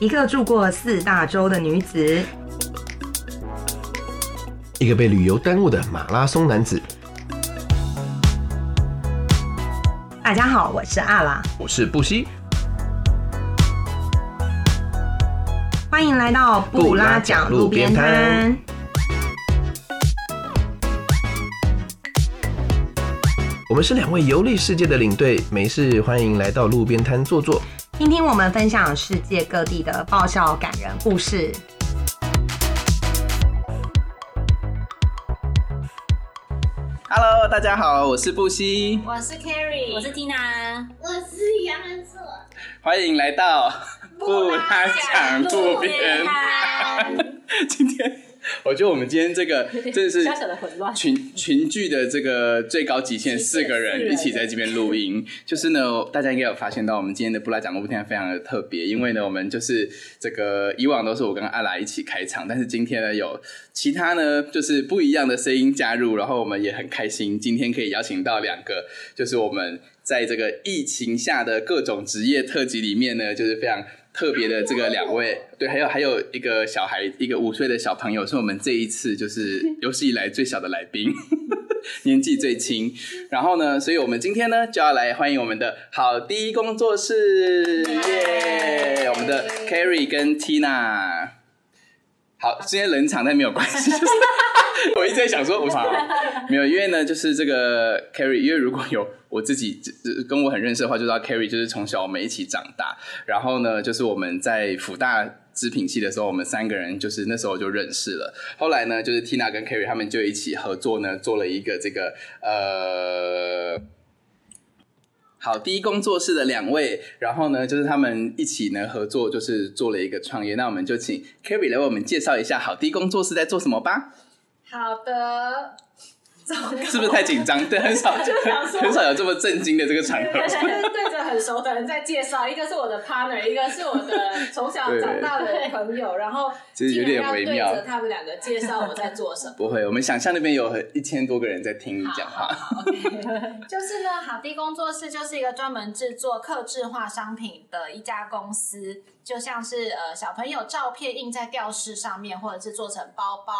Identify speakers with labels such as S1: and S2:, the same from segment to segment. S1: 一个住过四大洲的女子，
S2: 一个被旅游耽误的马拉松男子。
S1: 大家好，我是阿拉，
S2: 我是布西，
S1: 欢迎来到布拉奖路边摊。
S2: 我们是两位游历世界的领队，没事欢迎来到路边摊坐坐。
S1: 听听我们分享世界各地的爆笑感人故事。
S2: Hello，大家好，我是布西，
S3: 我是 Carrie，
S4: 我是 Tina，
S5: 我是杨恩硕，
S6: 欢迎来到布拉讲路边。 今天我觉得我们今天这 个真的是
S4: 小小的混乱。
S6: 群群聚的这个最高极限，四个人一起在这边录 音。就是呢，大家应该有发现到，我们今天的布拉讲故事天非常的特别，因为呢，我们就是这个以往都是我跟阿拉一起开场，但是今天呢，有其他呢就是不一样的声音加入，然后我们也很开心，今天可以邀请到两个，就是我们在这个疫情下的各种职业特辑里面呢，就是非常。特别的这个两位，对，还有还有一个小孩，一个五岁的小朋友，是我们这一次就是有史以来最小的来宾，年纪最轻。然后呢，所以我们今天呢就要来欢迎我们的好第一工作室，耶！我们的 Carrie 跟 Tina。好，今天冷场但没有关系。就是 我一直在想说，我操，没有，因为呢，就是这个 Carrie，因为如果有我自己呃跟我很认识的话，就知道 Carrie 就是从小我们一起长大，然后呢，就是我们在辅大织品系的时候，我们三个人就是那时候就认识了。后来呢，就是 Tina 跟 Carrie 他们就一起合作呢，做了一个这个呃。好，第一工作室的两位，然后呢，就是他们一起呢合作，就是做了一个创业。那我们就请 Carrie 来为我们介绍一下好第一工作室在做什么吧。
S3: 好的，糟糕，
S6: 是不是太 紧张？对，很少
S3: 想说
S6: 很少有这么震惊的这个场
S3: 就
S6: 合。
S3: 是对着很熟的人在介绍，一个是我的 partner，一个是我的从小长大的朋友，然后
S6: 这 有
S3: 竟
S6: 点
S3: 然要
S6: 微
S3: 对
S6: 妙
S3: 着他们两个介绍我在做什么。
S6: 不会，我们想象那边有一千多个人在听你讲
S3: 好
S6: 话。
S3: 好 OK 就是呢，好地工作室就是一个专门制作客制化商品的一家公司，就像是呃小朋友照片印在吊饰上面，或者是做成包包。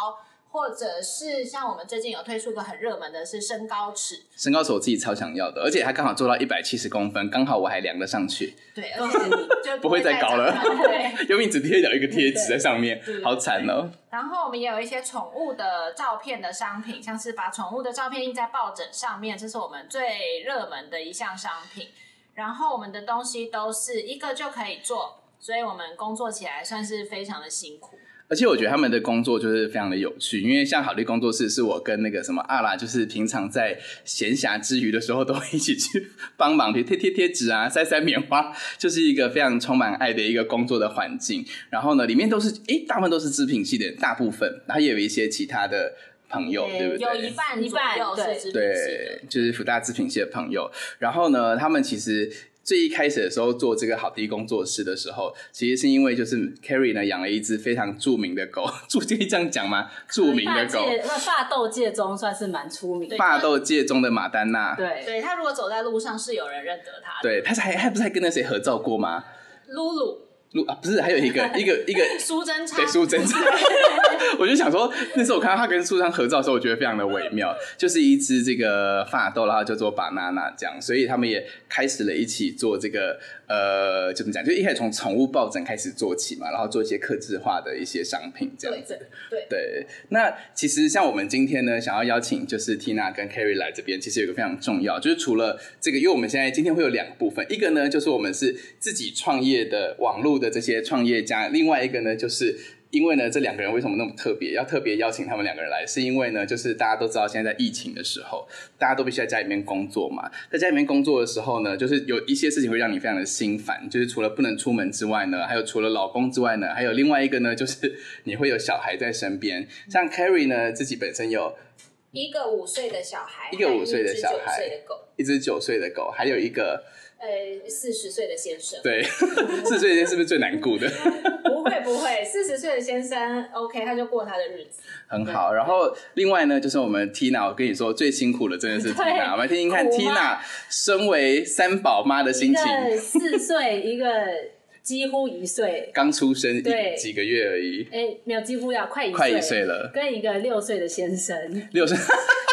S3: 或者是像我们最近有推出一个很热门的是身高尺，
S6: 身高是我自己超想要的，而且他刚好做到一百七十公分，刚好我还量得上去，
S3: 对，而且你就
S6: 不会再高了
S3: 长大 对，
S6: 因为你只贴了一个贴纸在上面
S3: 对对，对
S6: 好惨哦。
S3: 然后我们也有一些宠物的照片的商品，像是把宠物的照片印在抱枕上面，这是我们最热门的一项商品。然后我们的东西都是一个就可以做，所以我们工作起来算是非常的辛苦。
S6: 而且我觉得他们的工作就是非常的有趣，因为像好丽工作室是我跟那个什么阿拉，就是平常在闲暇之余的时候都会一起去帮忙，比如贴贴贴纸啊、塞塞棉花，就是一个非常充满爱的一个工作的环境。然后呢，里面都是诶，大部分都是织品系的人，大部分，然后也有一些其他的朋友，对不对？
S3: 有一半
S4: 一半
S3: 左右
S4: 对
S3: 是对
S6: 对，就是福大织品系的朋友。然后呢，他们其实最一开始的时候做这个好地工作室的时候，其实是因为就是 Carrie 呢养了一只非常著名的狗， 著可以这样讲吗？著名
S4: 法
S6: 的狗，
S4: 界那法斗界中算是蛮出名的。
S6: 霸斗界中的马丹娜。
S4: 对，
S3: 对他如果走在路上是有人认得他的，
S6: 对，他还他不是还跟那谁合照过吗？
S3: 露露、
S6: 路啊，不是，还有一 个一个一个
S3: 苏贞昌
S6: 对，苏贞昌，我就想说，那时候我看到他跟苏贞昌合照的时候，我觉得非常的微妙，就是一只这个发豆，然后叫做 banana 这样，所以他们也开始了一起做这个呃，怎么讲，就一开始从宠物抱枕开始做起嘛，然后做一些客制化的一些商品这样子。
S3: 对
S6: 对，那其实像我们今天呢，想要邀请就是 Tina 跟 Carrie 来这边，其实有一个非常重要，就是除了这个，因为我们现在今天会有两个部分，一个呢就是我们是自己创业的网络的这些创业家，另外一个呢就是。因为呢，这两个人为什么那么特别？要特别邀请他们两个人来，是因为呢，就是大家都知道现在在疫情的时候，大家都必须在家里面工作嘛。在家里面工作的时候呢，就是有一些事情会让你非常的心烦，就是除了不能出门之外呢，还有除了老公之外呢，还有另外一个呢，就是你会有小孩在身边。像 Carrie 呢，自己本身有
S3: 一个五岁的小孩，
S6: 一个五岁的小孩
S3: 还有一只九岁的狗，
S6: 一只九岁的狗，还有一个
S3: 呃，四十岁的先生。
S6: 对 四岁的是不是最难顾的？
S3: 不会不会，四十岁的先生，OK，他就过他的日子。
S6: 很好。然后另外呢，就是我们 Tina，我跟你说最辛苦的真的是 Tina，我们听听看
S4: 苦吗
S6: Tina 身为三宝妈的心情。
S4: 一个四岁，一个几乎一岁，
S6: 刚出生
S4: 对
S6: 一几个月而已，
S4: 哎，没有，几乎要快一
S6: 快一岁了，
S4: 跟一个六岁的先生，
S6: 六 岁，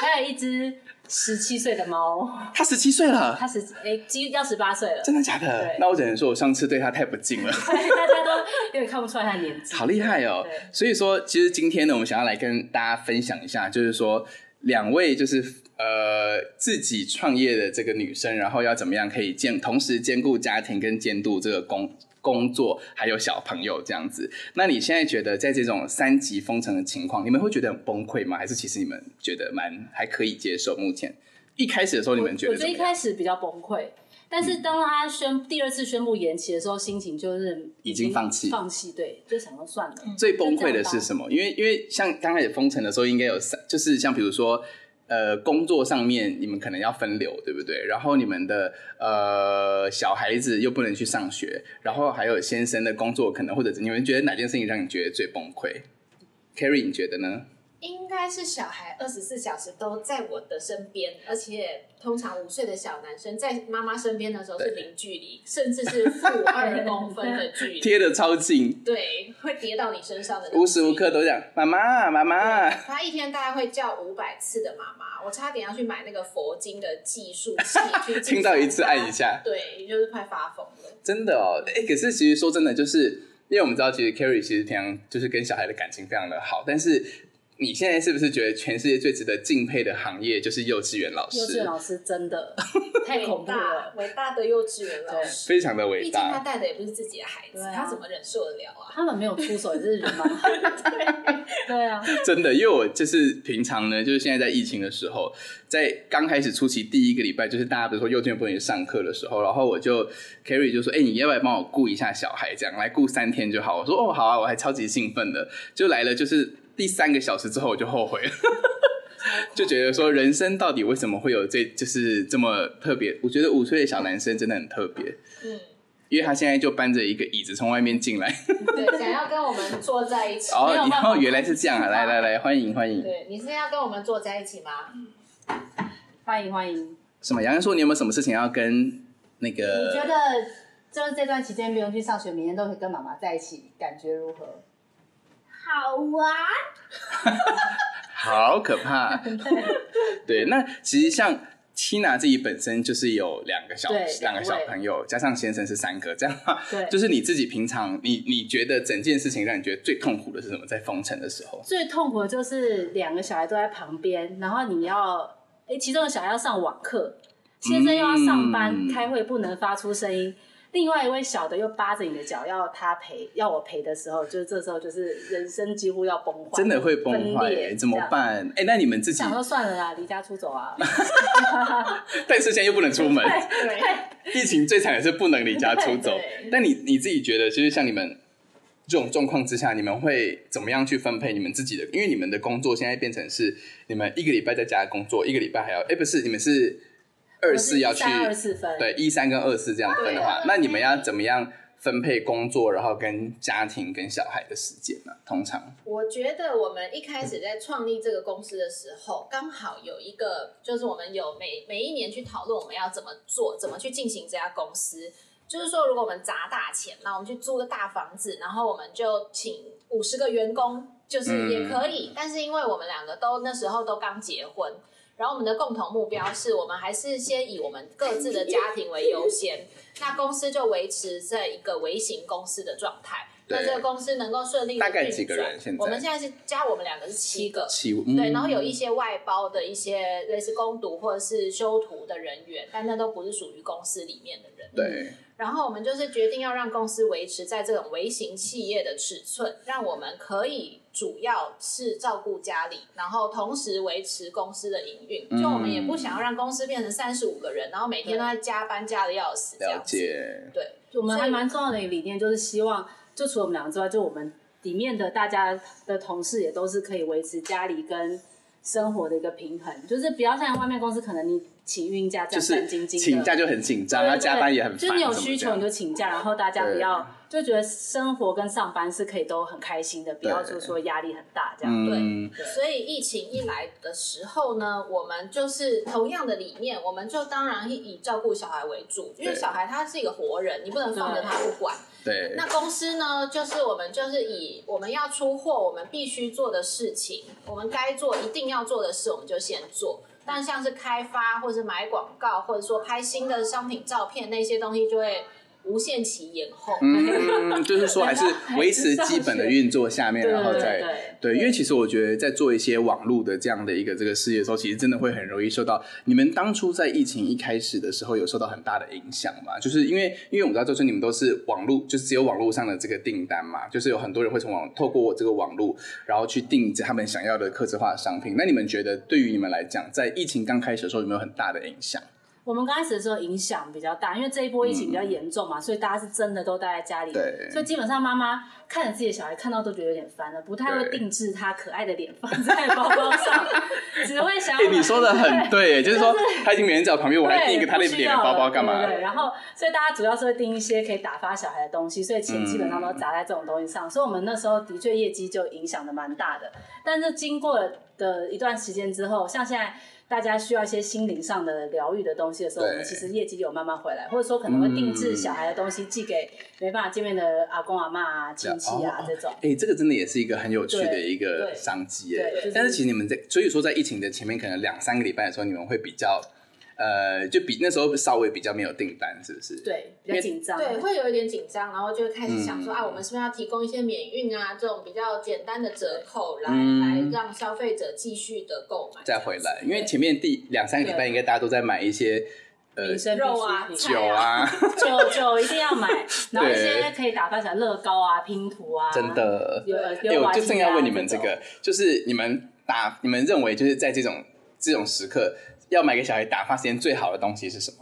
S4: 还有一只十七岁的猫，
S6: 他十七岁了
S4: 他，十哎，几乎要十八岁了，
S6: 真的假的
S4: 对？
S6: 那我只能说我上次对他太不敬 了。
S4: 大家都有点看不出来他的年纪。
S6: 好厉害哦
S4: 对！
S6: 所以说，其实今天呢，我们想要来跟大家分享一下，就是说两位就是呃自己创业的这个女生，然后要怎么样可以兼同时兼顾家庭跟监督这个工工作，还有小朋友这样子。那你现在觉得在这种三级封城的情况，你们会觉得很崩溃吗？还是其实你们觉得蛮还可以接受？目前一开始的时候，你们觉
S4: 我
S6: 得
S4: 我觉
S6: 怎
S4: 得一
S6: 么样？嗯
S4: 开始比较崩溃，但是当他宣第二次宣布延期的时候，心情就是
S6: 已经放弃
S4: 放弃，对，就想说算了。
S6: 最崩溃的是什么？因为因为像刚开始封城的时候，应该有三，就是像比如说，呃，工作上面你们可能要分流，对不对？然后你们的呃小孩子又不能去上学，然后还有先生的工作可能或者你们觉得哪件事情让你觉得最崩溃？Carrie，你觉得呢？
S3: 应该是小孩二十四小时都在我的身边，而且通常五岁的小男生在妈妈身边的时候是零距离，甚至是负二公分的距离，
S6: 贴的超近，
S3: 对，会跌到你身上的那种
S6: 无时无刻
S3: 距离。
S6: 都讲妈妈妈妈。
S3: 他一天大概会叫五百次的妈妈，我差点要去买那个佛经的计数器去计
S6: 听到一次
S3: 算
S6: 按一下
S3: 对，就是快发疯了。
S6: 真的哦，哎、可是其实说真的，就是因为我们知道，其实 Carrie 其实平常就是跟小孩的感情非常的好，但是你现在是不是觉得全世界最值得敬佩的行业就是幼稚园老
S4: 幼稚
S6: 师？
S4: 园老师真 的太恐怖
S3: 伟大
S4: 了，
S3: 伟大的幼稚园老师，
S6: 非常的
S3: 毕
S6: 伟
S3: 竟他
S6: 大，
S3: 带的也不是自己的孩子，
S4: 对啊
S3: 他怎么忍受得了啊？
S4: 他们没有出手也是人蛮好的。对啊，
S6: 真的，因为我就是平常呢，就是现在在疫情的时候，在刚开始初期第一个礼拜，就是大家比如说幼稚园不能去上课的时候，然后我就 Carrie 就说：“哎、你要不要帮我顾一下小孩？这样来顾三天就好。”我说：“哦，好啊！”我还超级兴奋的，就来了，就是第三个小时之后我就后悔了。 就觉得说人生到底为什么会有这就是这么特别？我觉得五岁的小男生真的很特别，
S3: 嗯，
S6: 因为他现在就搬着一个椅子从外面进 来。
S3: 对，想要跟我们坐在一起。
S6: 哦，
S4: 没有
S6: 然
S4: 办法
S6: 后原来是这样啊！来来来，欢迎欢迎。
S3: 对，你是要跟我们坐在一起吗？
S4: 欢迎欢迎。
S6: 什么？杨洋说你有没有什么事情要跟那
S4: 你觉
S6: 个？
S4: 得就是这段期间不用去上学，每天都可以跟妈妈在一起，感觉如何？
S5: 好玩，
S6: 好可 怕。对，那其实像 Tina 自己本身就是有两个小
S4: 对
S6: 两个
S4: 两位
S6: 小朋友，加上先生是三个，这样的话
S4: 对
S6: 就是你自己平常你你觉得整件事情让你觉得最痛苦的是什么？在封城的时候，
S4: 最痛苦的就是两个小孩都在旁边，然后你要，哎、其中的小孩要上网课，先生又要上班、
S6: 嗯
S4: 开会，不能发出声音。另外一位小的又扒着你的脚，要他陪，要我陪的时候，就是这时候就是人生几乎要崩坏，
S6: 真的会崩坏、
S4: 分
S6: 欸，
S4: 裂
S6: 怎么？办？哎、那你们自
S4: 这
S6: 己
S4: 样想，说算了啦，离家出走啊，
S6: 但是现在又不能出门，
S3: 对，
S6: 疫情最惨的是不能离家出走
S3: 对对。
S6: 但你你自己觉得，就是像你们这种状况之下，你们会怎么样去分配你们自己的？因为你们的工作现在变成是你们一个礼拜在家工作，一个礼拜还要哎、不是你们是二四要去
S4: 二四分，
S6: 对一三跟二四这样分的话
S3: 对，
S6: 那你们要怎么样分配工作，然后跟家庭跟小孩的时间呢、通常
S3: 我觉得我们一开始在创立这个公司的时候，刚好有一个，就是我们有每每一年去讨论我们要怎么做，怎么去进行这家公司。就是说，如果我们砸大钱，那我们去租个大房子，然后我们就请五十个员工，就是也可以。但是因为我们两个都那时候都刚结婚，然后我们的共同目标是我们还是先以我们各自的家庭为优先，那公司就维持这一个微型公司的状态。那
S6: 对
S3: 这个公司能够顺利地
S6: 大概几个
S3: 运转
S6: 人现在
S3: 我们现在是加我们两个是七个。
S6: 起舞嗯
S3: 对，然后有一些外包的一些类似工读或者是修图的人员，但那都不是属于公司里面的人。
S6: 对
S3: 然后我们就是决定要让公司维持在这种微型企业的尺寸，让我们可以主要是照顾家里，然后同时维持公司的营运。就我们也不想要让公司变成三十五个人，然后每天都在加班加的要死这
S6: 了
S3: 样子。
S6: 解。
S3: 对，
S4: 我们还蛮重要的一个理念，就是希望就除了我们两个之外，就我们里面的大家的同事也都是可以维持家里跟生活的一个平衡，就是不要像外面公司，可能你请孕假这
S6: 就
S4: 样战兢
S6: 是
S4: 兢的，
S6: 请假就很紧张，然后
S4: 对对对
S6: 加班也很烦，
S4: 就是你有
S6: 怎么
S4: 需
S6: 这
S4: 求
S6: 样
S4: 你就请假，然后大家不要就觉得生活跟上班是可以都很开心的，不要就说压力很大这样。
S6: 嗯，
S3: 所以疫情一来的时候呢，我们就是同样的理念，我们就当然以照顾小孩为主，因为
S6: 对
S3: 小孩他是一个活人，你不能放着他不管。
S6: 对，
S3: 那公司呢，就是我们就是以我们要出货，我们必须做的事情，我们该做一定要做的事，我们就先做。但像是开发或者买广告，或者说拍新的商品照片那些东西，就会无限期延后。
S6: 嗯，就是说 还是维持基本的运作下面，
S4: 对
S6: 然后
S4: 对
S6: 再
S4: 对
S6: 对，因为其实我觉得在做一些网络的这样的一个这个事业的时候，其实真的会很容易受到你们当初在疫情一开始的时候有受到很大的影响嘛？就是因为因为我们知道，就是你们都是网络，就是只有网络上的这个订单嘛，就是有很多人会从网透过这个网络，然后去定制他们想要的客制化的商品。那你们觉得对于你们来讲，在疫情刚开始的时候有没有很大的影 响？
S4: 我们刚开始的时候影响比较大，因为这一波疫情比较严重嘛，所以大家是真的都待在家里，
S6: 嗯对
S4: 所以基本上妈妈看着自己的小孩看到都觉得有点烦了，不太会
S6: 对
S4: 定制他可爱的脸放在包 包上，只会想
S6: 哎、
S4: 要买
S6: 你说的很对，就是说他已经没人在我旁边，我还
S4: 对
S6: 订一个他的
S4: 不需
S6: 脸
S4: 要
S6: 的包包
S4: 了
S6: 干嘛？
S4: 对对对然后，所以大家主要是会订一些可以打发小孩的东西，所以钱
S6: 嗯
S4: 基本上都砸在这种东西上。所以我们那时候的确业绩就影响的蛮大的。但是经过了的一段时间之后，像现在。大家需要一些心灵上的疗愈的东西的时候，
S6: 对嗯
S4: 我们其实业绩有慢慢回来，或者说可能会定制小孩的东西寄给没办法见面的阿公阿妈啊、亲戚啊
S6: 哦
S4: 这种。
S6: 哎、这个真的也是一个很有趣的
S4: 对
S6: 一个
S4: 对
S6: 商机
S4: 对
S6: 耶
S4: 就是
S6: 但是其实你们在，所以说在疫情的前面，可能两三个礼拜的时候，你们会比较，呃，就比那时候稍微比较没有订单，是不是？。
S4: 对，比较紧张。
S3: 对，会有一点紧张，然后就会开始想说、
S6: 嗯
S3: 啊，我们是不是要提供一些免运啊这种比较简单的折扣来、
S6: 嗯
S3: 来让消费者继续的购买，
S6: 再回来，因为
S3: 对
S6: 前面第两三个礼拜，
S4: 对
S6: 应该大家都在买一些呃
S4: 民生必需
S3: 肉啊
S4: 品
S3: 菜
S6: 酒啊，
S4: 酒酒一定要买，然后一些可以打发小乐高啊、拼图啊，
S6: 真的。
S4: 有呃
S6: 哎、
S4: 溜
S6: 我
S4: 滑
S6: 就
S4: 梯啊
S6: 正要问你们这
S4: 这
S6: 个，就是你们打，你们认为就是在这种这种时刻，要买给小孩打发时间最好的东西是什么？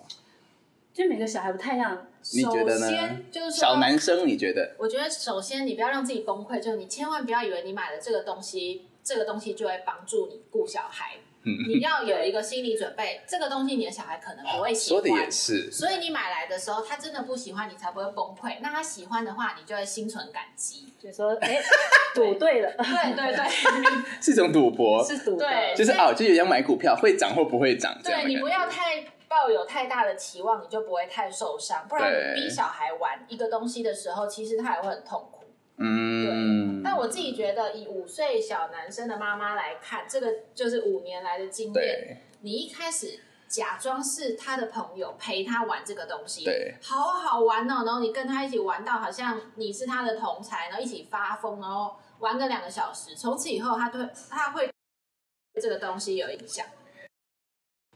S4: 就每个小孩不太一样。
S6: 你觉得
S3: 首
S6: 呢
S3: 先？就是说
S6: 小男生，你觉得？
S3: 我觉得首先你不要让自己崩溃，就是你千万不要以为你买了这个东西，这个东西就会帮助你顾小孩。
S6: 嗯
S3: 你要有一个心理准备，这个东西你的小孩可能不会喜
S6: 说
S3: 欢。
S6: 的也是，
S3: 所以你买来的时候，他真的不喜欢，你才不会崩溃。那他喜欢的话，你就会心存感 激。
S4: 就说哎，赌对了，
S3: 对对对，
S6: 是一种赌博，
S4: 是赌的，
S3: 对
S6: 就是哦，就有点买股票会涨或不会涨这样
S3: 对
S6: 的
S3: 你
S6: 感
S3: 不
S6: 觉。
S3: 要太抱有太大的期望，你就不会太受伤。不然你
S6: 对
S3: 逼小孩玩一个东西的时候，其实他也会很痛苦。
S6: 嗯，
S3: 但我自己觉得，以五岁小男生的妈妈来看，这个就是五年来的经验。
S6: 对
S3: 你一开始假装是他的朋友陪他玩这个东西，
S6: 对，
S3: 好好玩哦。然后你跟他一起玩到好像你是他的同才，然后一起发疯，然后玩个两个小时。从此以后，他对他会对这个东西有影响，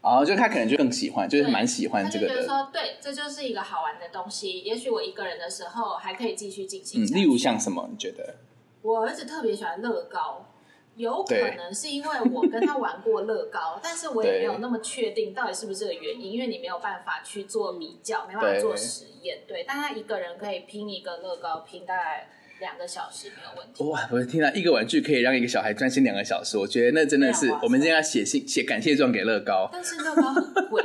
S6: 然哦后就他可能就更喜欢，就是蛮喜
S3: 他
S6: 欢这
S3: 就
S6: 个
S3: 觉得
S6: 的。嗯
S3: 说，对，这就是一个好玩的东西。也许我一个人的时候还可以继续进行
S6: 嗯
S3: 下，去。
S6: 例如像什么？你觉得？
S3: 我儿子特别喜欢乐高，有可
S6: 对
S3: 能是因为我跟他玩过乐高，但是我也没有那么确定到底是不是这个原因，因为你没有办法去做比较，没办法
S6: 对
S3: 做实验。对，但他一个人可以拼一个乐高，拼大概两个小时没有问题。
S6: 哇，我天啊！一个玩具可以让一个小孩专心两个小时，我觉得那真的是
S4: 对啊哇塞
S6: 我们今天要写信写感谢状给乐高。
S3: 但是乐高很贵，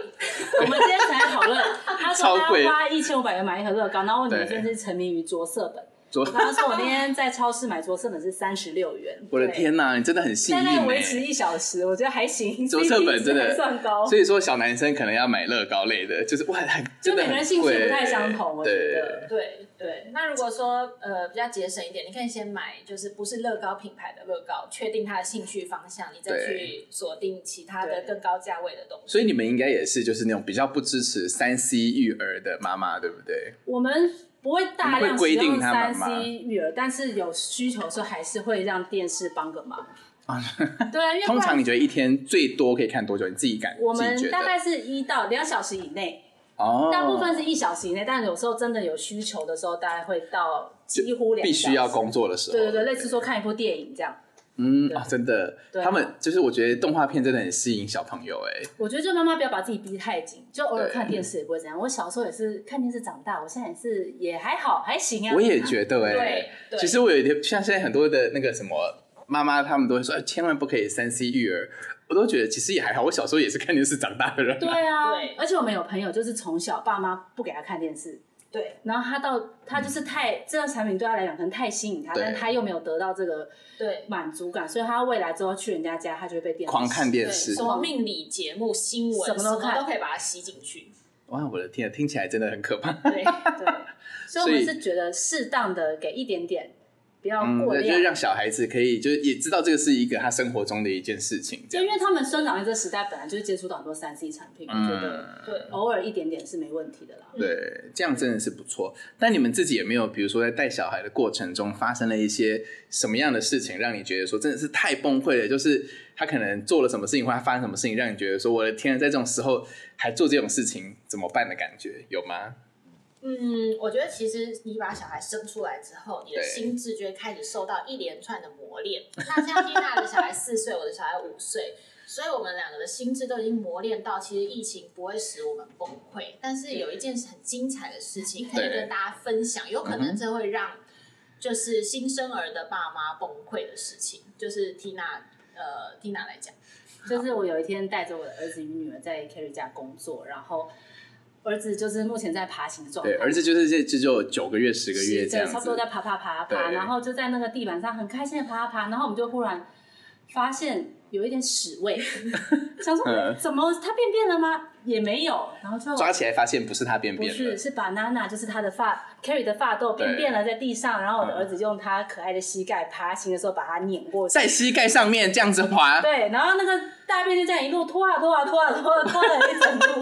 S4: 我们今天才讨论，他说
S6: 超
S4: 他
S6: 贵
S4: 要花一千五百元买一盒乐高，然后我女儿
S6: 对
S4: 真是沉迷于着色本。
S6: 昨
S4: 我刚刚说我那天在超市买着色本是三十六元，
S6: 我的天呐，你真的很幸
S4: 对，
S6: 运
S4: 大概维持
S6: 呢。
S4: 一小时，我觉得 还行，
S6: 着色本真
S4: CP 值还
S6: 的
S4: 算高，
S6: 所以说小男生可能要买乐高类的，就是哇，很
S4: 就
S6: 真的
S4: 每个人
S6: 很
S4: 兴趣
S6: 贵
S4: 不太相同，我觉
S6: 对，
S4: 得。
S3: 对对。那如果说呃比较节省一点，你可以先买就是不是乐高品牌的乐高，确定他的兴趣方向，你再去锁定其他的
S4: 对
S3: 更高价位的东西。
S6: 所以你们应该也是就是那种比较不支持三 C 育儿的妈妈，对不对？
S4: 我们不会大
S6: 我
S4: 量
S6: 们会规
S4: 使
S6: 定
S4: 用
S6: 他们
S4: 三
S6: 吗
S4: C 育儿，但是有需求的时候还是会让电视帮个忙。对啊，因为不
S6: 通
S4: 然
S6: 常你觉得一天最多可以看多久？你自己感
S4: 我
S6: 自己
S4: 们
S6: 觉
S4: 大
S6: 得
S4: 概是一到两小时以内，
S6: 哦，
S4: 大部分是一小时以内，但有时候真的有需求的时候，大概会到几乎两
S6: 必须要
S4: 小时
S6: 工作的时候，
S4: 对对对，类似说看一部电影这样。
S6: 嗯
S4: 对
S6: 哦，真的，
S4: 对啊
S6: 他们就是我觉得动画片真的很吸引小朋友哎，
S4: 我觉得就妈妈不要把自己逼太紧，就偶尔
S6: 对
S4: 看电视也不会怎样。我小时候也是看电视长大，我现在也是也还好，还行啊。
S6: 我也觉得哎，
S3: 对
S6: 其实我有一天像现在很多的那个什么。妈妈他们都会说，哎，千万不可以三 C 育儿。我都觉得其实也还好，我小时候也是看电视长大的人。
S4: 对啊，
S3: 对
S4: 而且我们有朋友就是从小爸妈不给他看电视，
S3: 对
S4: 然后他到他就是太、这个产品对他来讲可能太吸引他，
S6: 对
S4: 但他又没有得到这个
S3: 对，
S4: 满足感，所以他未来之后去人家家，他就会被电
S6: 狂看电视
S3: 什，么命理节目、新闻，
S4: 什么都看
S3: 都可以把它吸进去。
S6: 哇，我的天啊，听起来真的很可怕。
S4: 对对，所以我
S6: 所以
S4: 们是觉得适当的给一点点，不要
S6: 嗯，
S4: 过
S6: 对，就
S4: 量。
S6: 是让小孩子可以，就是也知道这个是一个他生活中的一件事情，这
S4: 就
S6: 样
S4: 因。为他们生长在这时代，本来就是接触到很多三 C 产品，我觉得
S6: 嗯，
S3: 对，
S4: 偶尔一点点是没问题的啦。
S6: 对，这样真的是不错。但你们自己有没有，比如说在带小孩的过程中，发生了一些什么样的事情，让你觉得说真的是太崩溃了？就是他可能做了什么事情，或他发生什么事情，让你觉得说我的天啊，在这种时候还做这种事情怎么办的感觉，有吗？
S3: 嗯，我觉得其实你把小孩生出来之后，你的
S6: 对
S3: 心智就会开始受到一连串的磨练。那像缇娜的小孩四岁，我的小孩五岁，所以我们两个的心智都已经磨练到，其实疫情不会使我们崩溃。但是有一件很精彩的事情可以
S6: 对
S3: 跟大家分享，有可
S6: 嗯
S3: 能
S6: 哼
S3: 这会让就是新生儿的爸妈崩溃的事情，就是缇娜呃缇娜来讲，
S4: 就是我有一天带着我的儿子与女儿在 Kerry 家工作，然后儿子就是目前在爬行的状态
S6: 对，，儿子就是这这就九个月、十个月
S4: 是
S6: 这样
S4: 对，
S6: 子，
S4: 差不多在爬爬爬爬，
S6: 对
S4: 然后就在那个地板上很开心的爬爬爬，然后我们就忽然发现有一点屎味， 想说
S6: 嗯
S4: 怎么它便便了吗？也没有，然后就
S6: 抓起来发现不是他便
S4: 不
S6: 便了
S4: 是，，是 banana，就是他的发 Carry 的发豆便便了在地上，然后我的
S6: 嗯
S4: 儿子用他可爱的膝盖爬行的时候把它碾过去
S6: 在。膝盖上面这样子滑，
S4: 对，然后那个大便就这样一路拖啊拖啊拖啊拖啊拖了一整路，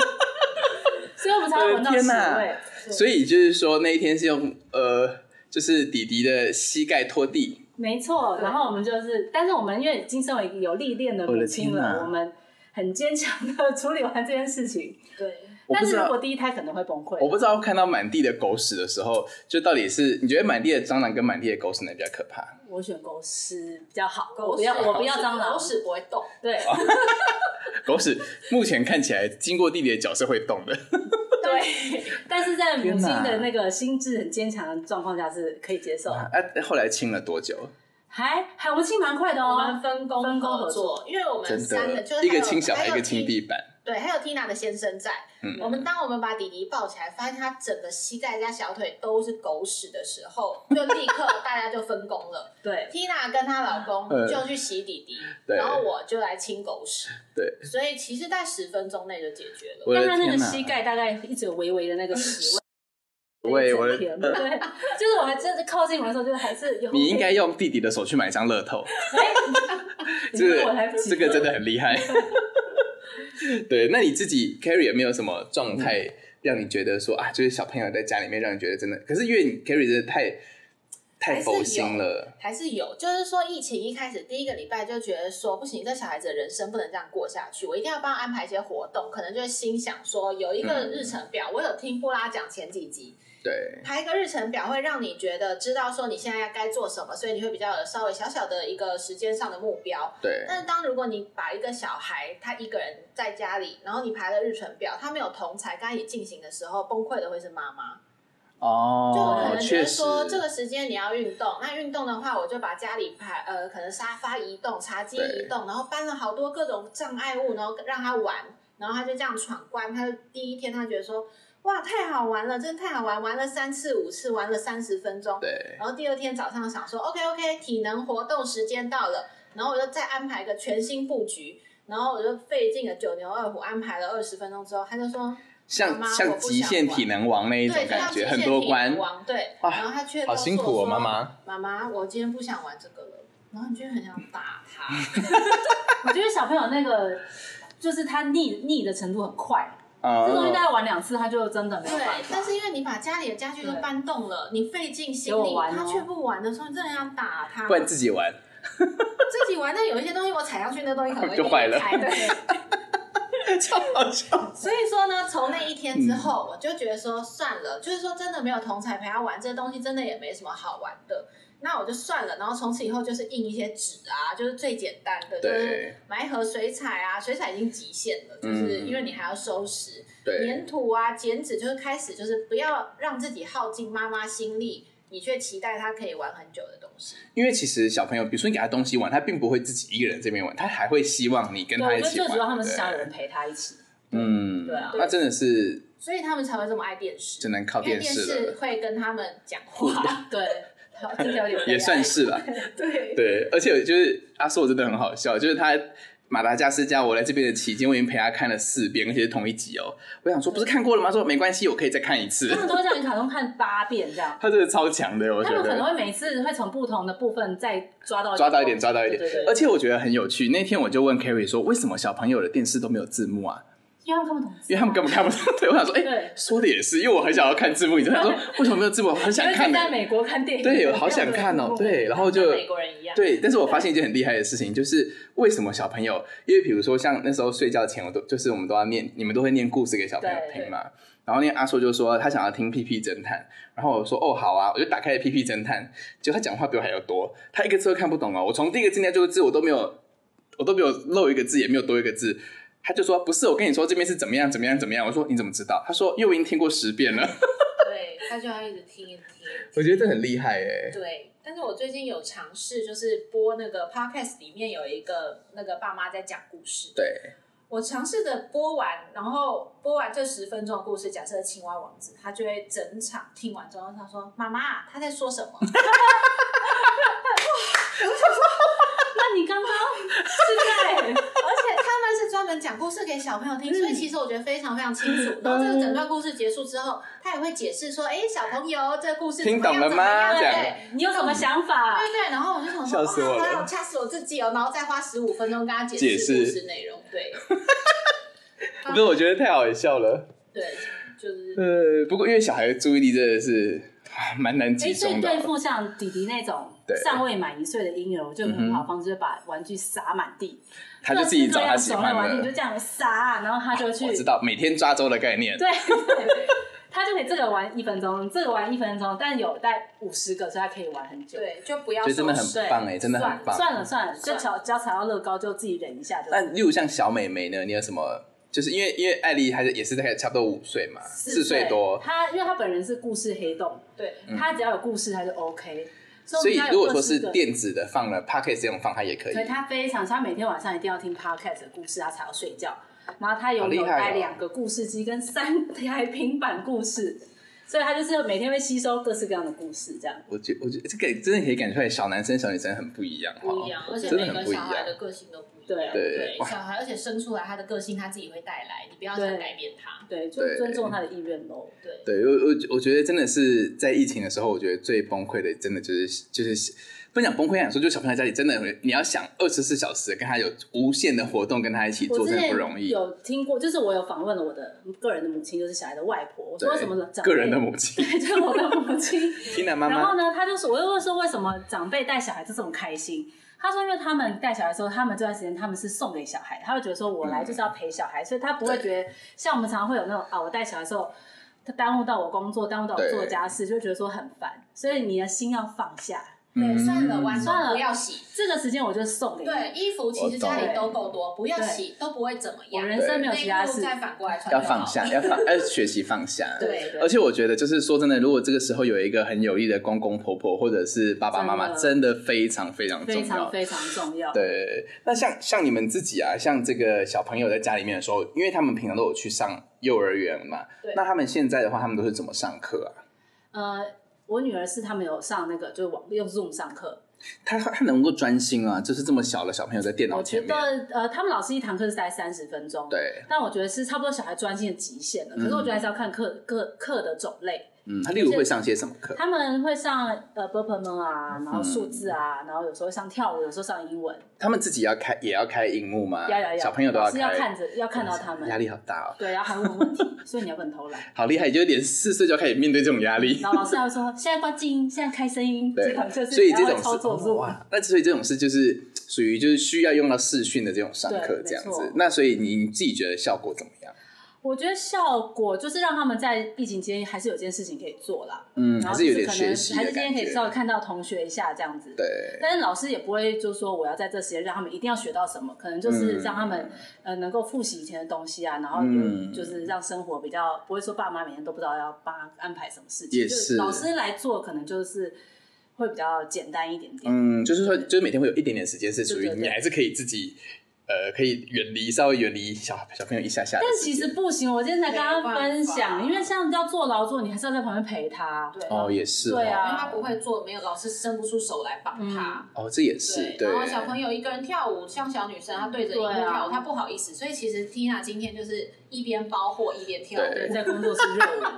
S4: 所以我们才会闻到
S6: 我的
S4: 屎
S6: 天哪
S4: 味。
S6: 所以就是说那一天是用呃，就是弟弟的膝盖拖地。
S4: 没错，然后我们就是，但是我们因为已经身为有历练的
S6: 我
S4: 母
S6: 的
S4: 亲
S6: 天哪
S4: 了，我们很坚强的处理完这件事情。
S3: 对，
S6: 我不
S4: 但
S6: 知
S4: 是
S6: 道
S4: 如果第一胎可能会崩
S6: 我
S4: 溃，
S6: 不知道看到满地的狗屎的时候，就到底是你觉得满地的蟑螂跟满地的狗屎哪比较可怕？
S4: 我选狗屎比较好，
S3: 狗
S4: 我不要
S3: 屎
S4: 我不要蟑螂
S3: 狗，屎不会动。
S4: 对，
S6: 狗屎目前看起来经过地理的脚是会动的，
S4: 对，但是在母
S6: 天
S4: 亲
S6: 哪
S4: 的那个心智很坚强的状况下是可以接受的，
S6: 啊，后来清了多久？
S4: 还还我们亲蛮快的
S3: 我们
S4: 哦。
S3: 分工
S4: 分工
S3: 合
S4: 合作
S3: 作，因为我们
S6: 真
S3: 三个
S6: 的
S3: 就，是
S6: 一
S3: 还
S6: 个
S3: 有
S6: 清小孩，一
S3: 还有
S6: 个清
S3: T-
S6: 地板，
S3: 对，还有 Tina 的先生在。
S6: 嗯
S3: 我们当我们把弟弟抱起来，发现他整个膝盖加小腿都是狗屎的时候，就立刻大家就分工 了。
S4: 对，
S3: Tina 跟她老公
S6: 嗯
S3: 就去洗弟弟，
S6: 对
S3: 然后我就来清狗屎。
S6: 对，
S3: 所以其实，在十分钟内就解决了。
S6: 我的
S4: 但他那
S6: 天
S4: 个
S6: 哪
S4: 膝盖大概一直有微微的那个屎
S6: 喂
S4: 味，
S6: 我的
S4: 一整天对，就是我们真的靠近我的时候，就还是有。
S6: 你应 该用弟弟的手去买一张乐透，
S4: 你
S6: 这
S4: 说
S6: 个
S4: 我来不及
S6: 这个真的很厉 害。对，那你自己 Carrie 有没有什么
S4: 嗯
S6: 状态让你觉得说啊，就是小朋友在家里面让你觉得真的，可是因为你 Carrie 真的太太
S3: 还是
S6: 佛
S3: 有
S6: 心了。
S3: 还是有，就是说疫情一开始第一个礼拜就觉得说不行，这小孩子的人生不能这样过下去，我一定要帮他安排一些活动，可能就会心想说有一个日程表，我有听布拉讲前几集，
S6: 对，
S3: 排一个日程表会让你觉得知道说你现在该做什么，所以你会比较有稍微小小的一个时间上的目标。
S6: 对，
S3: 但是当如果你把一个小孩他一个人在家里，然后你排了日程表，他没有同才跟他一起进行的时候，崩溃的会是妈妈。就我可
S6: 哦
S3: 能觉
S6: 确
S3: 得
S6: 实，
S3: 说这个时间你要运动，那运动的话，我就把家里排呃，可能沙发移动、茶几移动，然后搬了好多各种障碍物，然后让他玩，然后他就这样闯关。他就第一天他觉得说，哇，太好玩了，真的太好玩，玩了三次、五次，玩了三十分钟。
S6: 对，
S3: 然后第二天早上想说，OK OK，体能活动时间到了，然后我就再安排一个全新布局，然后我就费尽了九牛二虎，安排了二十分钟之后，他就说，
S6: 像
S3: 妈妈我
S6: 像
S3: 不
S6: 极
S3: 想
S6: 限
S3: 玩
S6: 体能王那一种
S3: 对，就
S6: 感
S3: 像极
S6: 觉，
S3: 限
S6: 很
S3: 体
S6: 多关
S3: 能，王，对，
S6: 哇
S3: 然后他却
S6: 好
S3: 告诉
S6: 辛苦哦，
S3: 我说
S6: 妈妈。
S3: 妈妈，我今天不想玩这个了。然后你就很想打 他，
S4: 我觉得小朋友那个就是他腻腻的程度很快，这东西大
S6: 嗯，
S4: 概玩两次他就真的没有
S3: 对
S4: 办法。。
S3: 但是因为你把家里的家具都
S4: 对
S3: 搬动了，你费尽心
S4: 给
S3: 力
S4: 我，玩哦
S3: 他却不玩的时候，你真的想打他。
S6: 不然自己 玩，
S3: 自己玩，但有一些东西我踩上去，那东西可能会
S6: 就坏了
S3: 裂开对，
S6: 超好笑。
S3: 所以说呢，从那一天之后，我就觉得说算了，就是说真的没有同才陪他玩，这东西真的也没什么好玩的。那我就算了，然后从此以后就是印一些纸啊，就是最简单的，就是
S6: 对
S3: 买一盒水彩啊，水彩已经极限了，就是因为你还要收拾、
S6: 对
S3: 粘土啊、剪纸，就是开始就是不要让自己耗尽妈妈心力，你却期待他可以玩很久的东西。
S6: 因为其实小朋友，比如说你给他东西玩，他并不会自己一个人这边玩，他还会希望你跟
S4: 对，
S6: 他
S4: 我
S6: 一
S4: 觉得
S6: 起
S4: 最
S6: 玩。
S4: 主要他们是
S6: 对
S4: 想有人陪他一起。
S6: 嗯，
S4: 对啊
S6: 那真的是
S3: 所以他们才会这么爱电视，
S6: 只能靠
S3: 因为
S6: 电
S3: 哎电
S6: 视
S3: 视
S4: 啊
S6: 了，
S3: 会跟他们讲话，
S4: 对，好，听起来有点悲哀
S6: 也算是了。
S3: 对，
S6: 对，而且就是阿硕真的很好笑，就是他马达加斯加我来这边的期间，我已经陪他看了四遍，而且是同一集哦。我想说，不是看过了吗？他说没关系，我可以再看一次
S4: 他。们都会让你卡通看八遍这样。
S6: 他真的超强的，我觉
S4: 他们可能
S6: 得。
S4: 会每次会从不同的部分再抓到
S6: 抓到一点，抓到一点
S4: 对对，对
S6: 而且我觉得很有趣。那天我就问 Carrie 说，为什么小朋友的电视都没有字幕啊？
S4: 因为他们看不懂字，
S6: 因为他们根本看不到。对，我想说，哎、
S4: 对
S6: 说的也是，因为我很想要看字幕，你知道，他说为什么没有字幕？我很想看欸
S4: 因为
S6: 呢、
S4: 在美国看电影，
S6: 对，我好想看哦、对，然后就
S3: 跟美国人一样，
S6: 对，但是我发现一件很厉害的事情，就是为什么小朋友，因为比如说像那时候睡觉前，我都就是我们都要念，你们都会念故事给小朋友听嘛。然后那个阿硕就说他想要听《屁屁侦探》，然后我说哦好啊，我就打开了《屁屁侦探》，结果他讲话比我还要多，他一个字都看不懂哦。我从第一个字念到最后一个字我都没有，我都没有漏一个字，也没有多一个字。他就说不是，我跟你说这边是怎么样怎么样怎么样。我说你怎么知道？他说因为我已经听过十遍了。
S3: 对，他就要一直听一直听。
S6: 我觉得这很厉害哎、
S3: 对，但是我最近有尝试，就是播那个 podcast 里面有一个那个爸妈在讲故事，
S6: 对，
S3: 我尝试着播完，然后播完这十分钟的故事，假设青蛙王子，他就会整场听完之后，他说：“妈妈，他在说什么？”
S4: 那你刚刚是在
S3: 而且他们是专门讲故事给小朋友听，所以其实我觉得非常非常清楚。然后这个整段故事结束之后，他也会解释说：“哎，小朋友，这个故事怎么
S6: 听懂
S3: 样
S6: 了
S3: 怎么
S6: 吗
S3: 样
S6: 这样
S3: 对
S4: 哎你有什么想法？
S3: 对对，然后我就想说，
S6: 笑死我了
S3: 哇，我吓死我自己哦，然后再花十五分钟跟他解
S6: 解
S3: 释
S6: 释
S3: 故事内容，对
S6: 不是我觉得太好笑了。
S3: 对，就是
S6: 呃，不过因为小孩的注意力真的是唉蛮难
S4: 哎，
S6: 集
S4: 所以
S6: 中的
S4: 对
S6: 哦。
S4: 付像弟弟那种
S6: 对
S4: 尚未满一岁的婴儿，我觉得有很好的方式就是把玩具撒满地，
S6: 他就自己找他
S4: 各
S6: 喜
S4: 式各样
S6: 欢
S4: 手上玩具你就
S6: 的。
S4: 这样撒，然后他就去
S6: 我知道每天抓周的概念，
S4: 对， 对他就可以这个玩一分钟，这个玩一分钟，但有带五十个，所以他可以玩很久。
S3: 对，就不要
S6: 觉得真的
S3: 收拾
S6: 很棒哎，真的很棒。
S4: 算了算了，
S3: 算
S4: 就
S3: 了
S4: 只要踩到乐高就自己忍一下就
S6: 那例如像小美眉呢，你有什么？就是因为因为艾莉还是也是大概差不多五岁嘛，四岁多，嗯
S4: 他因为他本人是故事黑洞，
S3: 对，
S4: 他只要有故事他就 OK。
S6: 所以
S4: 我们家有
S6: 如果
S4: 各
S6: 说
S4: 式
S6: 是
S4: 各
S6: 电子的放了 p o c k e t 这种放，它也可以
S4: 所。以他非常，他每天晚上一定要听 podcast 的故事，他才要睡觉。然后他
S6: 好
S4: 有
S6: 厉
S4: 有
S6: 害哦
S4: 带两个故事机跟三台平板故事，所以他就是每天会吸收各式各样的故事，这样。
S6: 我觉我觉得这个真的可以感觉出来，小男生小女生很不一样哈
S3: 不一样，，而且
S6: 真
S3: 每
S6: 的很
S3: 个
S6: 不一
S3: 小
S6: 样
S3: 孩。的个性都不一
S4: 对
S3: 样，
S6: 对哇
S3: 小孩而且生出来他的个性他自己会带来，你不要
S4: 对
S3: 想改变他，
S4: 对，就
S6: 对
S4: 尊重他的意愿喽。
S3: 对，
S6: 对我我我觉得真的是在疫情的时候，我觉得最崩溃的，真的就是就是不能讲崩溃，想说就小朋友在家里真的有，你要想二十四小时跟他有无限的活动，跟他一起
S4: 我
S6: 做，
S4: 之
S6: 真的
S4: 前
S6: 不容易。
S4: 有听过，就是我有访问了我的个人的母亲，就是小孩的外婆，我说
S6: 对
S4: 什么长辈
S6: 个人的母亲，
S4: 对，就是我的母亲。
S6: 听了妈
S4: 然后
S6: 妈
S4: 呢，他就说，我又问说为什么长辈带小孩就这么开心？他说，因为他们带小孩的时候，他们这段时间他们是送给小孩，他会觉得说我来就是要陪小孩，所以他不会觉得像我们常常会有那种啊，我带小孩的时候。他耽误到我工作，耽误到我
S6: 对
S4: 做家事，就觉得说很烦，所以你的心要放下。
S6: 嗯
S3: 对，算了，碗
S4: 算了
S3: 不要洗，
S4: 这个时间我就送给你。
S3: 对，衣服其实家里都够多，不要
S4: 对
S3: 洗都不会怎么
S4: 我
S3: 样，
S4: 人生没有其
S3: 内
S4: 他
S3: 裤
S4: 事。
S3: 再反过来穿就
S6: 要
S3: 好
S6: 放下，要放要学习放下。
S4: 对，对
S6: 而且我觉得，就是说真的，如果这个时候有一个很有力的公公婆婆或者是爸爸妈妈，真
S4: 真
S6: 的非常非常重
S4: 非
S6: 要
S4: 常。非常重要。
S6: 对，那像像你们自己啊，像这个小朋友在家里面的时候，因为他们平常都有去上幼儿园嘛，
S3: 对
S6: 那他们现在的话，他们都是怎么上课啊？
S4: 呃，我女儿是他们有上那个，就是网用 Zoom 上课。
S6: 他他能够专心啊，就是这么小的小朋友在电脑
S4: 我
S6: 前
S4: 觉
S6: 面
S4: 得，呃，他们老师一堂课是待三十分钟，。
S6: 对，
S4: 但我觉得是差不多小孩专心的极限了。可是我觉得还是要看课课课的种类，
S6: 嗯，他例如会上些什么课？
S4: 他们会上呃 b u r p e m 啊，
S6: 嗯
S4: 然后数字啊，然后有时候上跳舞，有时候上英文，
S6: 他们自己要开也要开荧幕吗？
S4: 要要要，
S6: 呃小朋友都
S4: 老师
S6: 开，嗯
S4: 要看着要看到他
S6: 压
S4: 们，
S6: 力好大哦，
S4: 对，然后还问问题，所以你要不 能偷懒。
S6: 好厉害，就是连四岁就要开始面对这种压力。
S4: 然后老师还会说：“现在关静音，现在开声音。”
S6: 对
S4: 这堂课，是
S6: 所以
S4: 还
S6: 这
S4: 要
S6: 种
S4: 操
S6: 是哦
S4: 作 Zoom
S6: 哇，那所以这种事就是属于就是需要用到视讯的这种上
S4: 对
S6: 课
S4: 没
S6: 这样
S4: 错
S6: 子。那所以你你自己觉得效果怎么样？
S4: 我觉得效果就是让他们在疫情期间还是有件事情可以做啦，
S6: 嗯，
S4: 然
S6: 还
S4: 后
S6: 是
S4: 就
S6: 有
S4: 是
S6: 点
S4: 可
S6: 学
S4: 能
S6: 习
S4: 还
S6: 的
S4: 是今天
S6: 感
S4: 可以
S6: 觉。
S4: 稍微看到同学一下这样子。
S6: 对，
S4: 但是老师也不会就说我要在这时间让他们一定要学到什么，可能就是让他们、呃能够复习以前的东西啊，然后
S6: 嗯
S4: 有就是让生活比较不会说爸妈每天都不知道要帮他安排什么事情，
S6: 也
S4: 就是老师来做可能就是会比较简单一点点。
S6: 嗯，就是说，就是每天会有一点点时间是属
S4: 对
S6: 于
S4: 对对
S6: 你还是可以自己，呃，可以远离稍微远离小小朋友一下下的
S4: 但
S6: 时
S4: 其
S6: 间。
S4: 实不行，我今天才跟他分
S3: 没办
S4: 享，
S3: 法
S4: 因为像要做劳作，你还是要在旁边陪他。
S3: 对，
S6: 哦，也是哦
S4: 对啊
S3: 因为他不会做，没有老师伸不出手来帮
S4: 嗯
S3: 他。
S6: 哦，这也是对
S3: 然后小朋友一个人跳舞，像小女生，她对着荧幕
S4: 对啊
S3: 跳舞，她不好意思，所以其实 Tina 今天就是一边包货一边跳舞，
S6: 对
S4: 对， 在工作室热 舞。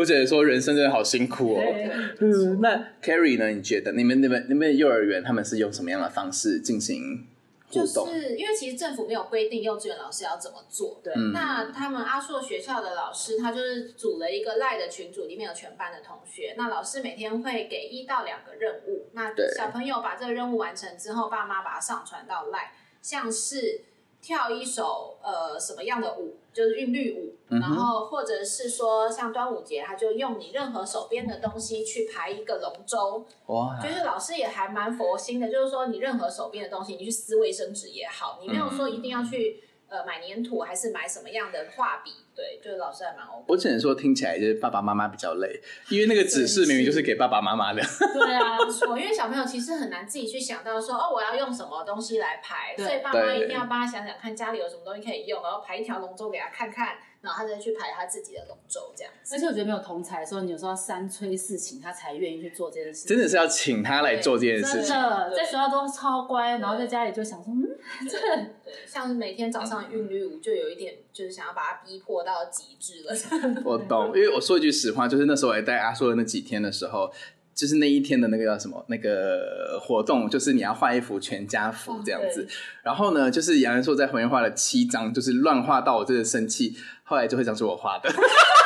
S6: 我只能说人生真的好辛苦哦。
S4: 对
S6: 嗯，那 Carrie 呢？你觉得你们、你们、你们幼儿园他们是用什么样的方式进行
S3: 就
S6: 互动？
S3: 是因为其实政府没有规定幼稚园老师要怎么做。
S4: 对
S6: 嗯
S3: 那他们阿硕学校的老师，他就是组了一个赖的群组，里面有全班的同学。那老师每天会给一到两个任务，那
S6: 对
S3: 小朋友把这个任务完成之后，爸妈把它上传到赖，像是跳一首呃什么样的舞，就是韵律舞，
S6: 嗯哼
S3: 然后或者是说像端午节，他就用你任何手边的东西去排一个龙舟，
S6: 哇
S3: 就是老师也还蛮佛心的，就是说你任何手边的东西，你去撕卫生纸也好，你没有说一定要去
S6: 嗯
S3: 呃买粘土还是买什么样的画笔，对，就是老师还蛮 OK。
S6: 我只能说听起来就是爸爸妈妈比较累，因为那个指示明明就是给爸爸妈妈的。
S4: 对啊，
S3: 错，因为小朋友其实很难自己去想到说哦，我要用什么东西来排，
S4: 对
S3: 所以爸妈
S6: 对
S3: 一定要帮他想想看家里有什么东西可以用，然后排一条龙舟给他看看，然后他再去排他自己的龙舟这样子。
S4: 而且我觉得没有同才的时候，你有时候要三催四请，他才愿意去做这件事情。
S6: 真的是要请他来做这件事
S4: 真
S6: 情。
S4: 的，
S3: 对
S4: 在学校都超乖，然后在家里就想说，嗯，
S3: 对，像是每天早
S6: 嗯
S3: 上韵律舞就有一点，就是想要把他逼迫到极致了。
S6: 我懂，因为我说一句实话，就是那时候也带阿硕的那几天的时候，就是那一天的那个叫什么那个活动，就是你要画一幅全家
S4: 哦
S6: 福这样子。然后呢，就是杨仁硕在回面画了七张，就是乱画到我真的生气，后来就会讲是我画的。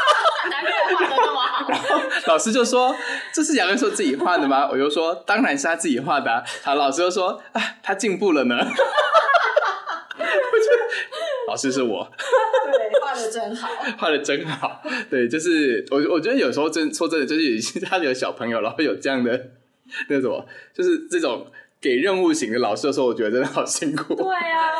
S3: 难怪画的那么好。
S6: 老师就说：“这是杨仁硕自己画的吗？”我就说：“当然是他自己画的、啊。”好，老师就说：“啊，他进步了呢。” 我觉得老师是我。
S3: 对，画的真好。
S6: 画的真好。对，就是我我觉得有时候真说真的，就是有些他有小朋友，然后有这样的那什么，就是这种给任务型的老师的时候，我觉得真的好辛苦。
S4: 对啊。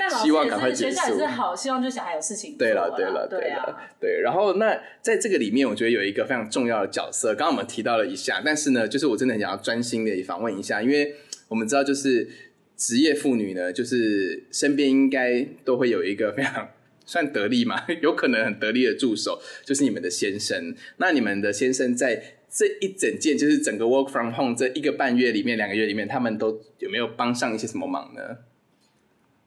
S4: 但老师
S6: 希望赶快
S4: 也是
S6: 结
S4: 学
S6: 束
S4: 校也是好，希望就小孩有事情做
S6: 对
S4: 啦
S6: 了，对了，
S4: 对
S6: 了
S4: 啊，，
S6: 对。然后那在这个里面，我觉得有一个非常重要的角色，刚刚我们提到了一下，但是呢，就是我真的很想要专心的访问一下，因为我们知道就是职业妇女呢，就是身边应该都会有一个非常算得力嘛， 有可能很得力的助手，就是你们的先生。那你们的先生在这一整件，就是整个 work from home 这一个半月里面、两个月里面，他们都有没有帮上一些什么忙呢？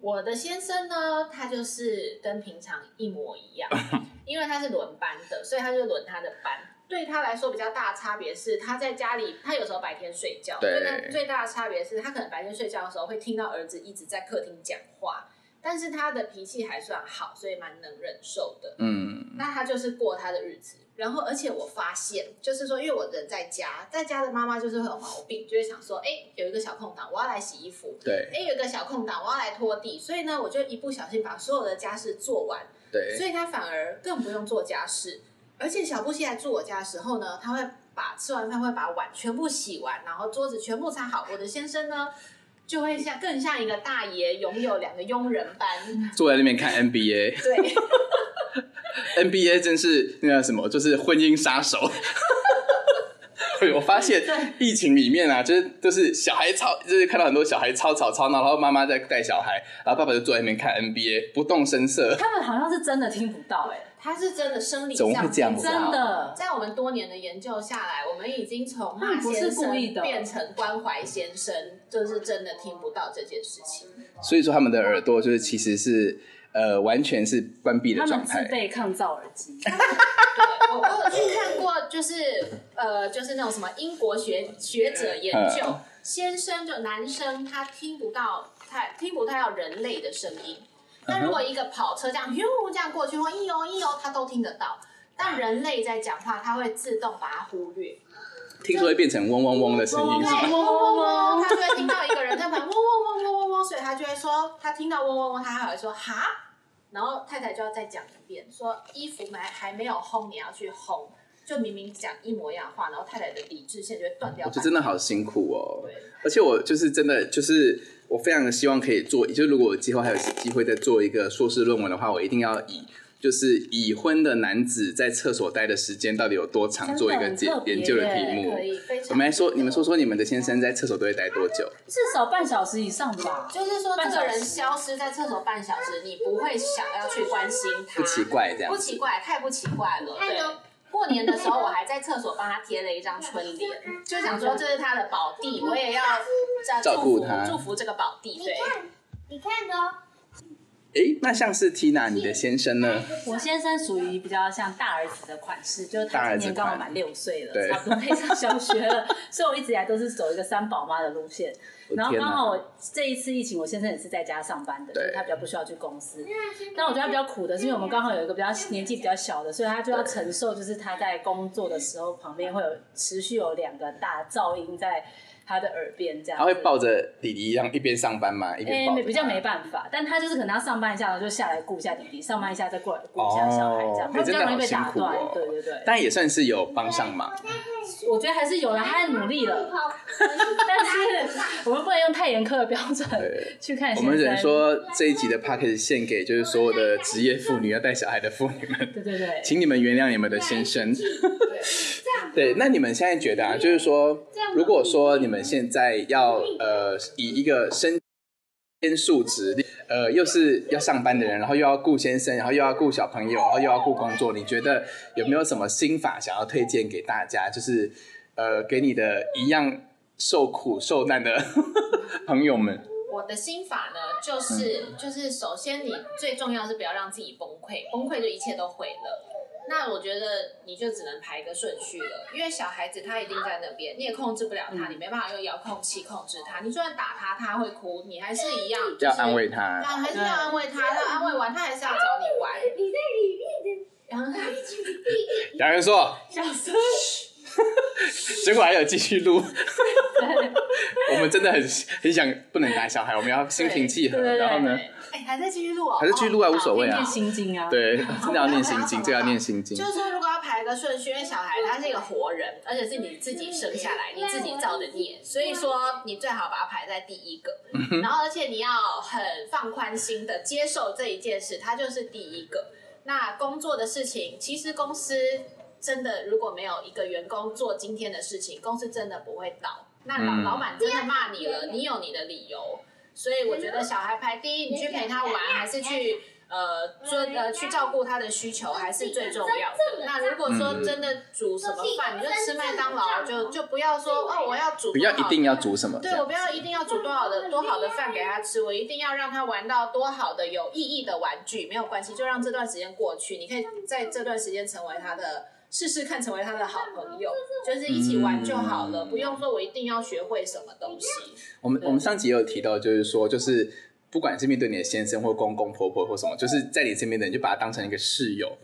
S3: 我的先生呢，他就是跟平常一模一 样，因为他是轮班的，所以他就轮他的班。对他来说比较大的差别是，他在家里，他有时候白天睡觉，
S6: 对
S3: 所以他最大的差别是他可能白天睡觉的时候会听到儿子一直在客厅讲话，但是他的脾气还算好，所以蛮能忍受的。
S6: 嗯，
S3: 那他就是过他的日子。然后，而且我发现，就是说，因为我人在家，在家的妈妈就是会有毛病，就会想说，哎，有一个小空档，我要来洗衣服，
S6: 对
S3: 哎，有一个小空档，我要来拖地，所以呢，我就一不小心把所有的家事做完，所
S6: 对，
S3: 以他反而更不用做家事。而且小布希来住我家的时候呢，他会把吃完饭会把碗全部洗完，然后桌子全部擦好。我的先生呢，就会像更像一个大爷，拥有两个佣人般，
S6: 坐在那边看 NBA。
S3: 对。
S6: NBA 真是那个什么，就是婚姻杀手。 对我发现疫情里面啊，就是就是小孩吵，就是看到很多小孩吵吵吵闹，然后妈妈在带小孩，然后爸爸就坐在那边看 NBA，不动声色。
S4: 他们好像是真的听不到，哎，
S3: 他是真的生理
S6: 怎
S3: 上
S6: 么会这样
S3: 不
S6: 子
S3: 知道
S6: 啊
S4: 真的
S3: 在我们多年的研究下来，我们已经从
S4: 他
S3: 骂
S4: 们不是
S3: 先生
S4: 故意的哦
S3: 变成关怀先生，就是真的听不到这件事情。
S6: 所以说他们的耳朵就是其实是呃完全是关闭的
S4: 他
S6: 状
S4: 们自
S6: 态。
S4: 备抗噪耳机，
S3: 对我我有去看过，就是呃，就是那种什么英国学学者研究，先生就男生他听不到太听不太到人类的声音，那如果一个跑车这样咻这样过去或一哦一哦，他都听得到，但人类在讲话，他会自动把它忽略。
S6: 听说会变成嗡嗡嗡的声音，是吗
S3: 对，嗡嗡嗡，他就会听到一个人在旁边嗡嗡嗡嗡嗡嗡，所以他就会说，他听到嗡嗡嗡，他还会说哈，然后太太就要再讲一遍，说衣服还还没有烘，你要去烘。就明明讲一模一样的话，然后太太的理智线就会断掉
S6: 我
S3: 半截。
S6: 觉得真的好辛苦哦。
S3: 对，
S6: 而且我就是真的就是我非常的希望可以做，就是如果我之后还有机会再做一个硕士论文的话，我一定要以就是已婚的男子在厕所待的时间到底有多长做一个
S4: 真
S6: 解
S4: 的很特别
S6: 研究的题目
S3: 可。以非常。
S6: 我们来说，你们说说你们的先生在厕所都会待多久？
S4: 至少半小时以上吧。
S3: 就是说，这个
S4: 半小
S3: 人
S4: 时
S3: 消失在厕所半小时，你不会想要去关心他，
S6: 不奇怪这样
S3: 不奇怪，太不奇怪了。对，过年的时候，我还在厕所帮他贴了一张 春联，就想说这是他的宝地，我也要这
S6: 照顾
S3: 祝福
S6: 他
S3: 祝福这个宝地。
S5: 你
S3: 对，
S5: 看，你看哦，
S6: 诶，那像是 Tina 你的先生呢？
S4: 我先生属于比较像大儿子的款式，就是他今年刚好满六岁了
S6: 大儿，子
S4: 差
S6: 款
S4: 不多可以上小学 了，所以我一直以来都是走一个三宝妈的路线。
S6: 我
S4: 然后
S6: 天
S4: 刚
S6: 哪
S4: 好我这一次疫情，我先生也是在家上班的，
S6: 对
S4: 就是他比较不需要去公司。但我觉得他比较苦的是，因为我们刚好有一个比较年纪比较小的，所以他就要承受，就是他在工作的时候旁边会有持续有两个大噪音在他的耳边，这样
S6: 他
S4: 子。
S6: 会抱着弟弟一样一边上班吗？一边
S4: 哎、
S6: 抱着
S4: 没
S6: 他
S4: 比较没办法，但他就是可能要上班一下，然后就下来顾一下弟弟，上班一下再过来顾一下小孩，这样、
S6: 哦
S4: 他比
S6: 真的
S4: 较容易
S6: 好
S4: 被
S6: 辛
S4: 打
S6: 苦
S4: 断。
S6: 哦
S4: 对对对，
S6: 但也算是有帮上忙。
S4: 我觉得还是有了，他努力了， 但是我们不能用太严苛的标准
S6: 对
S4: 去看
S6: 我
S4: 先生。
S6: 们只能，说这一集的 p a c k a g e 献给就是所有的职业妇女要带小孩的妇女们，
S4: 对对对，
S6: 请你们原谅你们的先生。 对，那你们现在觉得啊，就是说，如果说你们现在要呃以一个身兼数职，呃又是要上班的人，然后又要顾先生，然后又要顾小朋友，然后又要顾工作，你觉得有没有什么心法想要推荐给大家？就是呃给你的一样受苦受难的 朋友们。
S3: 我的心法呢，
S6: 嗯
S3: 就是就是首先你最重要是不要让自己崩溃，崩溃就一切都毁了。那我觉得你就只能排一个顺序了，因为小孩子他一定在那边，你也控制不了他，
S4: 嗯
S3: 你没办法用遥控器控制他。你就算打他，他会哭，你还是一样、就是、
S6: 要安慰他
S3: 对，还是要安慰他，要安慰完他还是要找你玩。
S5: 你
S3: 然
S5: 在里面的，
S3: 后他
S6: 两人说，
S3: 小声，
S6: 结果还有继续录，我们真的很很想不能打小孩，我们要心平气和。
S4: 对对对
S6: 然后呢，
S3: 哎、还在继续录哦，
S6: 还是继续录啊，
S3: 哦
S6: 无所谓啊
S4: 念。心经啊，
S6: 对，真的要念心经，这个要念心经
S3: 就。是说，如果要排个顺序，因为小孩他是一个活人，而且是你自己生下来，你自己造的孽，所以说你最好把它排在第一个。然后，而且你要很放宽心的接受这一件事，它就是第一个。那工作的事情，其实公司真的如果没有一个员工做今天的事情，公司真的不会倒。那老、
S6: 嗯
S3: 老板真的骂你了，你有你的理由。所以我觉得小孩排第一，你去陪他玩，还是去呃遵呃去照顾他的需求，还是最重要啊的。嗯那如果
S6: 嗯
S3: 说真的煮什么饭，你就吃麦当劳，就就不要说哦，我要煮
S6: 不
S3: 多好
S6: 要一定要煮什么，这
S3: 对，我
S6: 样
S3: 不要一定要煮多好的多好的饭给他吃，我一定要让他玩到多好的有意义的玩具，没有关系，就让这段时间过去。你可以在这段时间成为他的，试试看成为他的好朋友，就是一起玩就好了，
S6: 嗯
S3: 不用说我一定要学会什么东西。
S6: 我们我们上集也有提到，就是说，就是不管是面对你的先生或公公婆婆或什么，就是在你身边的人，就把他当成一个室友，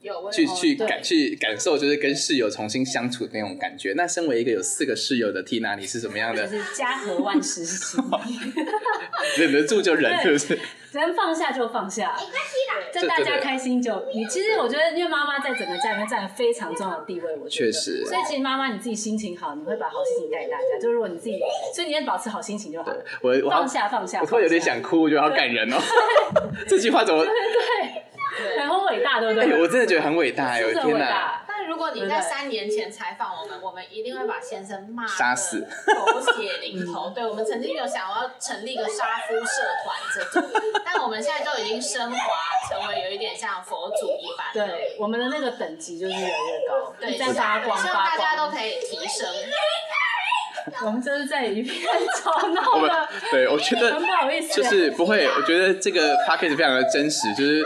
S3: 有哦我有
S6: 去去
S4: 哦对
S6: 感去感受，就是跟室友重新相处的那种感觉。那身为一个有四个室友的 Tina，你是什么样
S4: 就
S6: 的？
S4: 是家和万事 兴，
S6: 忍得住就忍，是不是？
S4: 能放下就放下。
S6: 这
S4: 就大
S6: 真
S4: 家
S6: 的
S4: 开心就你，其实我觉得，因为妈妈在整个家里面占了非常重要的地位，我觉得
S6: 确实
S4: 所以其实妈妈你自己心情好，你会把好心情带给大家。就如果你自己，所以你也保持好心情就好。
S6: 我我好
S4: 放下放下
S6: 我突然有点
S4: 放下
S6: 想哭，我觉得好感人哦。 这句话 怎么？
S4: 对，很伟大，对不
S6: 哎、
S4: 对？
S6: 我真的觉得很伟大哎！我
S4: 是
S6: 的
S4: 很伟
S6: 天哪！
S4: 大。
S3: 但如果你在三年前采访我们，我们一定会把先生骂得
S6: 杀死
S3: 狗血淋 头。对，我们曾经有想要成立一个杀夫社团这种， 但我们现在都已经升华成为有一点像佛祖一般。
S4: 对，我们的那个等级就是越来越高，
S3: 对，
S4: 在发光
S3: 希望大
S4: 发
S3: 家都
S4: 光。
S3: 可以提升。
S4: 我们真是在一片吵
S6: 我
S4: 闹
S6: 们
S4: 的，
S6: 对我觉得
S4: 很不好意思。啊
S6: 就是不会，我觉得这个 p a c k a g e 非常的真实，就是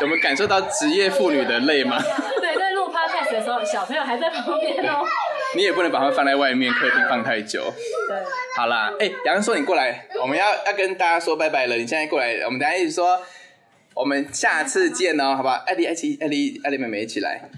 S6: 我们感受到职业妇女的累吗？
S4: 对，在录 podcast 的时候，小朋友还在旁边哦。
S6: 你也不能把它放在外面客厅放太久。
S4: 对，
S6: 好啦，哎、杨洋说你过来，我们要要跟大家说拜拜了。你现在过来，我们等一下一起说，我们下次见哦，好不好？艾莉、艾琪、艾莉、艾莉妹妹一起来。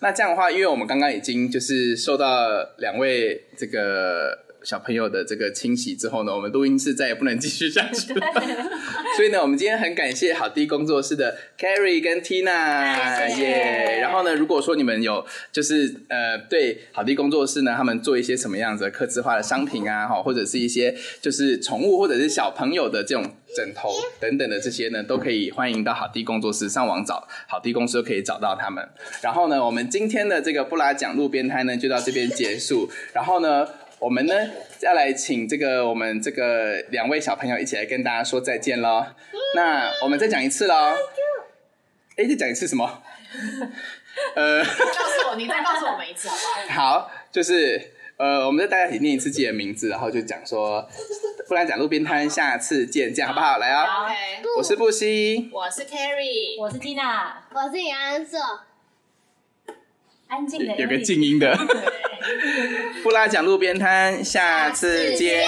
S6: 那这样的话，因为我们刚刚已经就是受到两位这个小朋友的这个清洗之后呢，我们录音室再也不能继续下去了。 所以呢，我们今天很感谢好地工作室的 Carrie 跟 Tina，
S3: 对谢谢
S6: 耶然后呢，如果说你们有就是呃对好地工作室呢，他们做一些什么样子的客制化的商品啊，哈，或者是一些就是宠物或者是小朋友的这种枕头等等的这些呢，都可以欢迎到好地工作室上网找好地公司都可以找到他们。然后呢，我们今天的这个布拉奖路边摊呢就到这边结束。然后呢，我们呢再来请这个我们这个两位小朋友一起来跟大家说再见喽。那我们再讲一次喽。哎，再讲一次什么？
S3: 告
S6: 呃，
S3: 诉我，你再告诉我们一次好不好？
S6: 好，就是呃，我们再大家一起念一次自己的名字，然后就讲说，布拉奖路边摊，下次见，这样好不好？来哦，
S3: 好，OK，
S6: 我是布西，
S3: 我是 Carrie，
S4: 我是 Tina，
S5: 我是杨硕，
S4: 安静的
S6: 有个
S4: 英语
S6: 静音的。 布拉奖路边摊，下次见。